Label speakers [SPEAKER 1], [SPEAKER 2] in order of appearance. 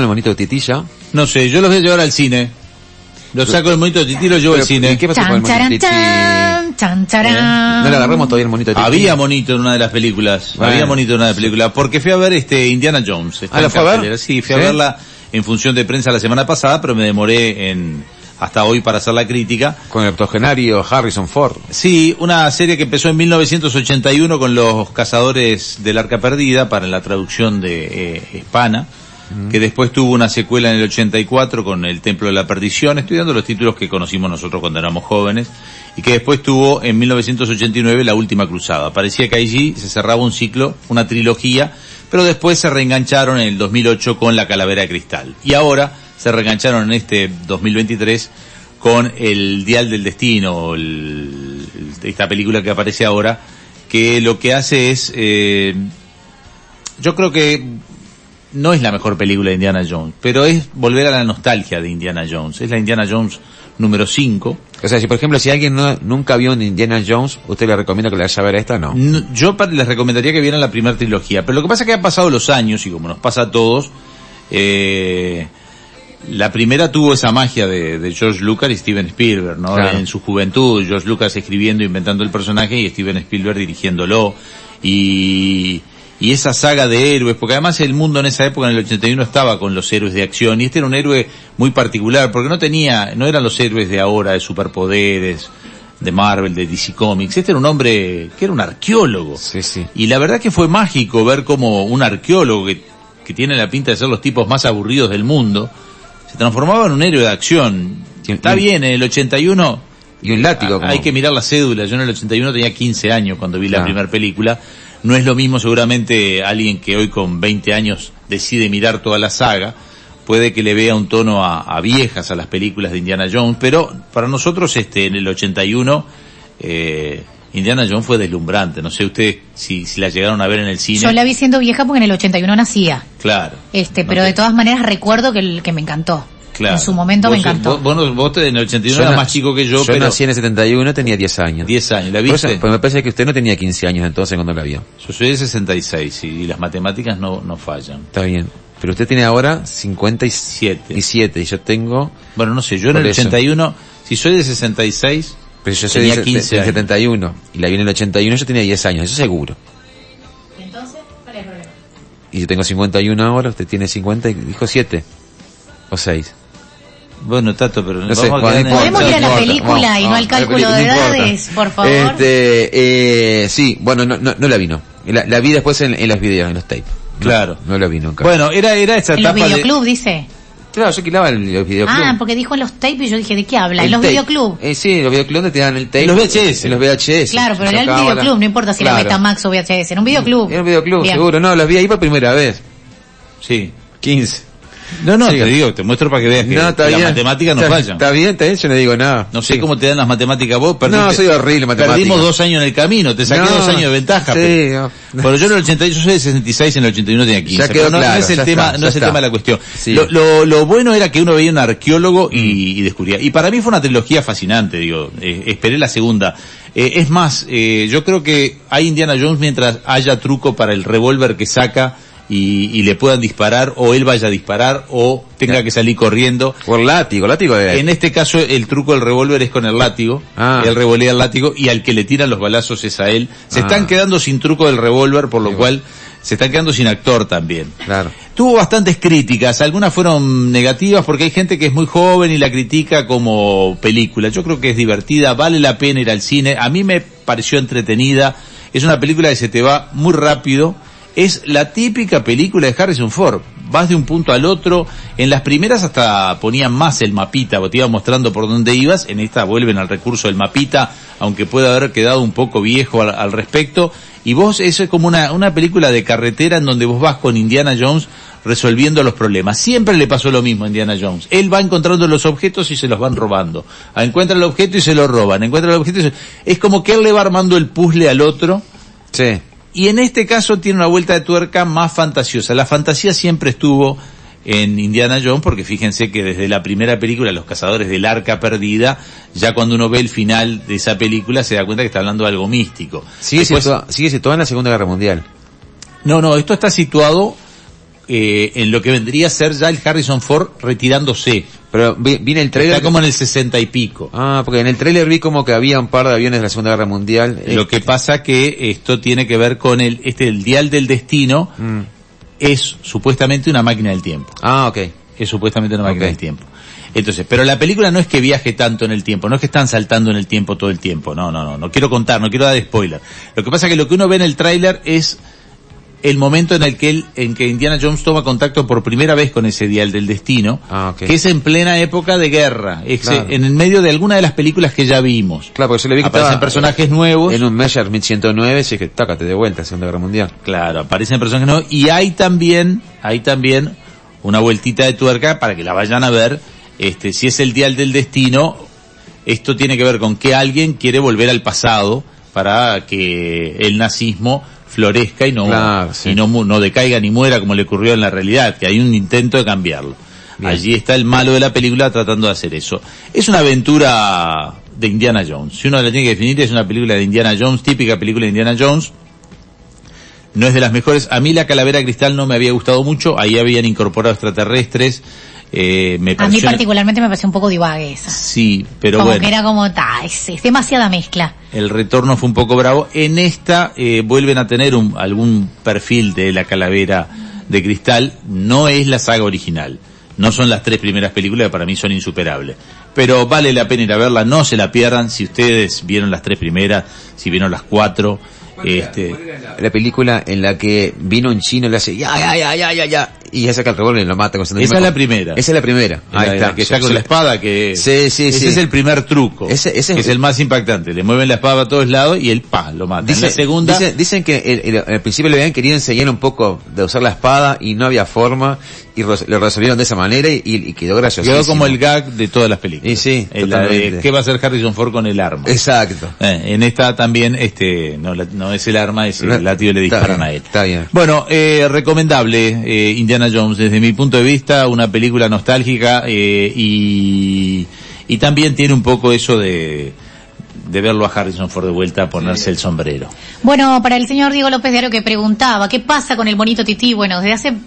[SPEAKER 1] monito de titilla?
[SPEAKER 2] No sé, yo los voy a llevar al cine. Los saco del monito de tití y los llevo
[SPEAKER 1] Pero,
[SPEAKER 2] al cine.
[SPEAKER 1] ¿y qué pasó con el
[SPEAKER 3] Chan,
[SPEAKER 1] monito de
[SPEAKER 3] charan,
[SPEAKER 1] tití?
[SPEAKER 3] chan, chan, charan.
[SPEAKER 1] No le agarramos todavía el monito de tití.
[SPEAKER 2] Había monito en una de las películas.
[SPEAKER 1] Bueno.
[SPEAKER 2] Había monito en una de las películas. Porque fui a ver este Indiana Jones. Está
[SPEAKER 1] Ah, ¿la
[SPEAKER 2] en
[SPEAKER 1] fue a ver?
[SPEAKER 2] cartelera. Sí, fui
[SPEAKER 1] ¿Sí?
[SPEAKER 2] a verla en función de prensa la semana pasada, pero me demoré en hasta hoy para hacer la crítica.
[SPEAKER 1] Con el octogenario Harrison Ford.
[SPEAKER 2] Sí, una serie que empezó en 1981 con los cazadores del arca perdida para la traducción de eh, hispana, que después tuvo una secuela en el 84 con el templo de la perdición, estudiando los títulos que conocimos nosotros cuando éramos jóvenes, y que después tuvo en 1989 la última cruzada. Parecía que allí se cerraba un ciclo, una trilogía, pero después se reengancharon en el 2008 con la calavera de cristal. Y ahora se reengancharon en este 2023 con el Dial del Destino, el- el- esta película que aparece ahora, que lo que hace es, eh, yo creo que no es la mejor película de Indiana Jones, pero es volver a la nostalgia de Indiana Jones. Es la Indiana Jones número 5.
[SPEAKER 1] O sea, si por ejemplo, si alguien no- nunca vio en Indiana Jones, ¿usted le recomienda que le vaya a ver esta? No.
[SPEAKER 2] No, Yo pa- les recomendaría que vieran la primera trilogía, pero lo que pasa es que han pasado los años y como nos pasa a todos, eh, la primera tuvo esa magia de, de George Lucas y Steven Spielberg, ¿no?
[SPEAKER 1] Claro.
[SPEAKER 2] En su juventud, George Lucas escribiendo, inventando el personaje y Steven Spielberg dirigiéndolo. Y, y esa saga de héroes, porque además el mundo en esa época, en el 81, estaba con los héroes de acción y este era un héroe muy particular, porque no tenía, no eran los héroes de ahora, de superpoderes, de Marvel, de DC Comics. Este era un hombre que era un arqueólogo.
[SPEAKER 1] Sí, sí.
[SPEAKER 2] Y la verdad que fue mágico ver como un arqueólogo que, que tiene la pinta de ser los tipos más aburridos del mundo, se transformaba en un héroe de acción.
[SPEAKER 1] Sí,
[SPEAKER 2] Está
[SPEAKER 1] y-
[SPEAKER 2] bien, en el 81
[SPEAKER 1] Y un látigo.
[SPEAKER 2] Ah, hay
[SPEAKER 1] como-
[SPEAKER 2] que mirar la cédula. Yo en el 81 tenía 15 años cuando vi la
[SPEAKER 1] Claro.
[SPEAKER 2] primera película. No es lo mismo seguramente alguien que hoy con 20 años decide mirar toda la saga. Puede que le vea un tono a, a viejas a las películas de Indiana Jones, pero para nosotros este en el 81 eh, Indiana Jones fue deslumbrante. No sé ustedes si, si la llegaron a ver en el cine.
[SPEAKER 3] Yo la vi siendo vieja porque en el 81 nacía.
[SPEAKER 2] Claro.
[SPEAKER 3] Este,
[SPEAKER 2] No
[SPEAKER 3] pero
[SPEAKER 2] te-
[SPEAKER 3] de todas maneras recuerdo que, el, que me encantó.
[SPEAKER 2] claro.
[SPEAKER 3] En su momento me
[SPEAKER 1] eh,
[SPEAKER 2] Vos- eh,
[SPEAKER 3] encantó.
[SPEAKER 2] Vos, vos, vos te- en el 81
[SPEAKER 1] na-
[SPEAKER 2] eras más chico que yo,
[SPEAKER 1] yo
[SPEAKER 2] pero
[SPEAKER 1] nací en el 71, tenía 10 años.
[SPEAKER 2] 10 años. ¿La
[SPEAKER 1] Por eso,
[SPEAKER 2] viste?
[SPEAKER 1] pues me parece que usted no tenía 15 años entonces cuando la vio.
[SPEAKER 2] Yo soy de 66 y, y las matemáticas no, no fallan.
[SPEAKER 1] Está bien. Pero usted tiene ahora 57. Y, yo tengo...
[SPEAKER 2] Bueno, no sé, yo en
[SPEAKER 1] Por
[SPEAKER 2] el
[SPEAKER 1] eso.
[SPEAKER 2] 81, si soy de 66,
[SPEAKER 1] Pero yo soy
[SPEAKER 2] Tenía
[SPEAKER 1] del-
[SPEAKER 2] 15
[SPEAKER 1] del
[SPEAKER 2] años.
[SPEAKER 1] 71. Y la vi en el 81, yo tenía 10 años, eso seguro. Y yo tengo 51 ahora, usted tiene 50, y dijo 7. O 6.
[SPEAKER 2] bueno, Tato, pero
[SPEAKER 1] No sé,
[SPEAKER 2] vamos
[SPEAKER 1] bueno,
[SPEAKER 2] a quedar
[SPEAKER 1] no
[SPEAKER 2] en-
[SPEAKER 1] importa,
[SPEAKER 3] Podemos ir a la
[SPEAKER 1] no importa,
[SPEAKER 3] película
[SPEAKER 1] vamos,
[SPEAKER 3] y no
[SPEAKER 1] vamos,
[SPEAKER 3] al
[SPEAKER 1] a la
[SPEAKER 3] cálculo
[SPEAKER 1] película,
[SPEAKER 3] de
[SPEAKER 1] no importa.
[SPEAKER 3] edades, por favor.
[SPEAKER 1] Este, eh, sí, bueno, no, no, no la vino. La, la vi después en, en los videos, en los tapes. No,
[SPEAKER 2] Claro.
[SPEAKER 1] No la vi nunca.
[SPEAKER 2] Bueno, era, era esa
[SPEAKER 3] en los
[SPEAKER 2] etapa de...
[SPEAKER 3] videoclub, dice.
[SPEAKER 1] claro, yo alquilaba en los videoclub.
[SPEAKER 3] Ah, porque dijo en los tapes y yo dije, ¿de qué habla? En
[SPEAKER 1] El
[SPEAKER 3] los
[SPEAKER 1] tape.
[SPEAKER 3] videoclub.
[SPEAKER 1] Eh, sí, en los videoclub donde te dan el tape.
[SPEAKER 2] En los VHS.
[SPEAKER 1] En los VHS.
[SPEAKER 3] Claro,
[SPEAKER 1] Yo
[SPEAKER 3] pero era el
[SPEAKER 1] acababa la-
[SPEAKER 3] videoclub, no importa si
[SPEAKER 1] Claro.
[SPEAKER 3] era Betamax o VHS, era un videoclub.
[SPEAKER 1] Era un videoclub,
[SPEAKER 3] Bien.
[SPEAKER 1] seguro. No, los vi ahí por primera vez.
[SPEAKER 2] Sí.
[SPEAKER 1] 15.
[SPEAKER 2] No, no,
[SPEAKER 1] Siga.
[SPEAKER 2] te digo, te muestro para que veas que
[SPEAKER 1] No, está
[SPEAKER 2] las
[SPEAKER 1] bien.
[SPEAKER 2] matemáticas no
[SPEAKER 1] Está-
[SPEAKER 2] fallan.
[SPEAKER 1] Está bien, está bien, yo no digo nada.
[SPEAKER 2] No sé cómo te dan las matemáticas vos, perdiste-
[SPEAKER 1] No, soy horrible en matemáticas.
[SPEAKER 2] Perdimos dos años en el camino, te saqué
[SPEAKER 1] No,
[SPEAKER 2] dos años de ventaja.
[SPEAKER 1] sí,
[SPEAKER 2] pero-
[SPEAKER 1] no.
[SPEAKER 2] Pero yo en el 81, yo soy de 66, en el 81 tenía 15.
[SPEAKER 1] Ya quedó
[SPEAKER 2] pero no, no
[SPEAKER 1] claro,
[SPEAKER 2] es el
[SPEAKER 1] ya
[SPEAKER 2] tema,
[SPEAKER 1] está,
[SPEAKER 2] no
[SPEAKER 1] ya
[SPEAKER 2] es el
[SPEAKER 1] está.
[SPEAKER 2] tema de la cuestión.
[SPEAKER 1] Sí.
[SPEAKER 2] Lo, lo, lo bueno era que uno veía un arqueólogo y, y descubría. Y para mí fue una trilogía fascinante, digo. Eh, esperé la segunda. Eh, es más, eh, yo creo que hay Indiana Jones mientras haya truco para el revólver que saca y, y le puedan disparar o él vaya a disparar o tenga que salir corriendo.
[SPEAKER 1] Por látigo, látigo de...
[SPEAKER 2] En este caso el truco del revólver es con el látigo.
[SPEAKER 1] Ah.
[SPEAKER 2] Él revolea el látigo y al que le tiran los balazos es a él. Se
[SPEAKER 1] Ah.
[SPEAKER 2] están quedando sin truco del revólver, por lo
[SPEAKER 1] Sí,
[SPEAKER 2] cual se están quedando sin actor también.
[SPEAKER 1] Claro.
[SPEAKER 2] Tuvo bastantes críticas, algunas fueron negativas porque hay gente que es muy joven y la critica como película. Yo creo que es divertida, vale la pena ir al cine. A mí me pareció entretenida. Es una película que se te va muy rápido. Es la típica película de Harrison Ford. Vas de un punto al otro. En las primeras hasta ponían más el mapita, porque te iba mostrando por dónde ibas. En esta vuelven al recurso del mapita, aunque pueda haber quedado un poco viejo al- al respecto. Y vos, eso es como una, una película de carretera en donde vos vas con Indiana Jones resolviendo los problemas. Siempre le pasó lo mismo a Indiana Jones. Él va encontrando los objetos y se los van robando. Ah, Encuentra el objeto y se lo roban. Encuentra el objeto y se... Es como que él le va armando el puzzle al otro.
[SPEAKER 1] Sí.
[SPEAKER 2] Y en este caso tiene una vuelta de tuerca más fantasiosa. La fantasía siempre estuvo en Indiana Jones porque fíjense que desde la primera película, Los Cazadores del Arca Perdida, ya cuando uno ve el final de esa película se da cuenta que está hablando de algo místico.
[SPEAKER 1] Sigue,
[SPEAKER 2] Después-
[SPEAKER 1] situa- sigue situada en la Segunda Guerra Mundial.
[SPEAKER 2] no, no, esto está situado eh, en lo que vendría a ser ya el Harrison Ford retirándose.
[SPEAKER 1] Pero vi- viene el trailer.
[SPEAKER 2] Está como en el sesenta y pico.
[SPEAKER 1] Ah, porque en el trailer vi como que había un par de aviones de la Segunda Guerra Mundial. Eh,
[SPEAKER 2] Lo que pasa que esto tiene que ver con el, este, el dial del destino
[SPEAKER 1] mm.
[SPEAKER 2] es supuestamente una máquina del tiempo.
[SPEAKER 1] Ah, ok.
[SPEAKER 2] Es supuestamente una máquina
[SPEAKER 1] Ok.
[SPEAKER 2] del tiempo. Entonces, pero la película no es que viaje tanto en el tiempo, no es que están saltando en el tiempo todo el tiempo, no, no, no, no quiero contar, no quiero dar spoiler. Lo que pasa que lo que uno ve en el tráiler es el momento en el que él, en que Indiana Jones toma contacto por primera vez con ese dial del destino,
[SPEAKER 1] Ah, ok.
[SPEAKER 2] que es en plena época de guerra, es eh,
[SPEAKER 1] Claro.
[SPEAKER 2] en el medio de alguna de las películas que ya vimos.
[SPEAKER 1] Claro, porque yo le vi que
[SPEAKER 2] Aparecen
[SPEAKER 1] estaba
[SPEAKER 2] personajes nuevos.
[SPEAKER 1] en un Messer 1109 y dije, tácate de vuelta, Segunda Guerra Mundial.
[SPEAKER 2] Claro, aparecen personas que no. Y hay también, hay también una vueltita de tuerca para que la vayan a ver. Este, si es el dial del destino, esto tiene que ver con que alguien quiere volver al pasado para que el nazismo florezca y no,
[SPEAKER 1] Claro, sí.
[SPEAKER 2] y no, mu- no decaiga ni muera como le ocurrió en la realidad, que hay un intento de cambiarlo.
[SPEAKER 1] Bien.
[SPEAKER 2] Allí está el malo de la película tratando de hacer eso. Es una aventura de Indiana Jones. Si uno la tiene que definir, es una película de Indiana Jones, típica película de Indiana Jones, no es de las mejores. A mí la calavera cristal no me había gustado mucho, ahí habían incorporado extraterrestres. Eh, me
[SPEAKER 3] A mí
[SPEAKER 2] pareció-
[SPEAKER 3] particularmente me pareció un poco divague esa.
[SPEAKER 2] Sí, pero
[SPEAKER 3] como
[SPEAKER 2] bueno,
[SPEAKER 3] que era como, ta, es, es demasiada mezcla.
[SPEAKER 2] el retorno fue un poco bravo. En esta eh, vuelven a tener un- algún perfil de la calavera de cristal. No es la saga original. No son las tres primeras películas que para mí son insuperables. Pero vale la pena ir a verla, no se la pierdan. Si ustedes vieron las tres primeras, si vieron las cuatro, este,
[SPEAKER 1] La película en la que vino un chino y le hace, ya, ya, ya, ya, ya, ya, y ya saca el revólver y lo mata. con su-
[SPEAKER 2] Esa es la primera.
[SPEAKER 1] Esa es la primera.
[SPEAKER 2] Ahí está, que está con la espada, que
[SPEAKER 1] Sí, sí,
[SPEAKER 2] ese
[SPEAKER 1] sí.
[SPEAKER 2] es el primer truco.
[SPEAKER 1] Ese- ese-
[SPEAKER 2] que es el más impactante. Le mueven la espada a todos lados y el pa lo mata. en
[SPEAKER 1] Dice-
[SPEAKER 2] la segunda,
[SPEAKER 1] dice- dicen que el- el- al principio le habían querido enseñar un poco de usar la espada y no había forma y res- lo resolvieron de esa manera y, y quedó gracioso.
[SPEAKER 2] quedó como el gag de todas las películas.
[SPEAKER 1] Y sí,
[SPEAKER 2] El- la de
[SPEAKER 1] totalmente.
[SPEAKER 2] ¿Qué va a hacer Harrison Ford con el arma?
[SPEAKER 1] Exacto.
[SPEAKER 2] Eh, en esta también, este, no, la- no es el arma, es
[SPEAKER 1] La-
[SPEAKER 2] el látigo le
[SPEAKER 1] está
[SPEAKER 2] disparan
[SPEAKER 1] bien,
[SPEAKER 2] a él.
[SPEAKER 1] está bien.
[SPEAKER 2] Bueno, eh, recomendable eh, Indiana Jones desde mi punto de vista, una película nostálgica eh, y, y también tiene un poco eso de, de verlo a Harrison Ford de vuelta a ponerse el sombrero.
[SPEAKER 3] Bueno, para el señor Diego López de Aro que preguntaba, ¿qué pasa con el bonito tití? Bueno, desde hace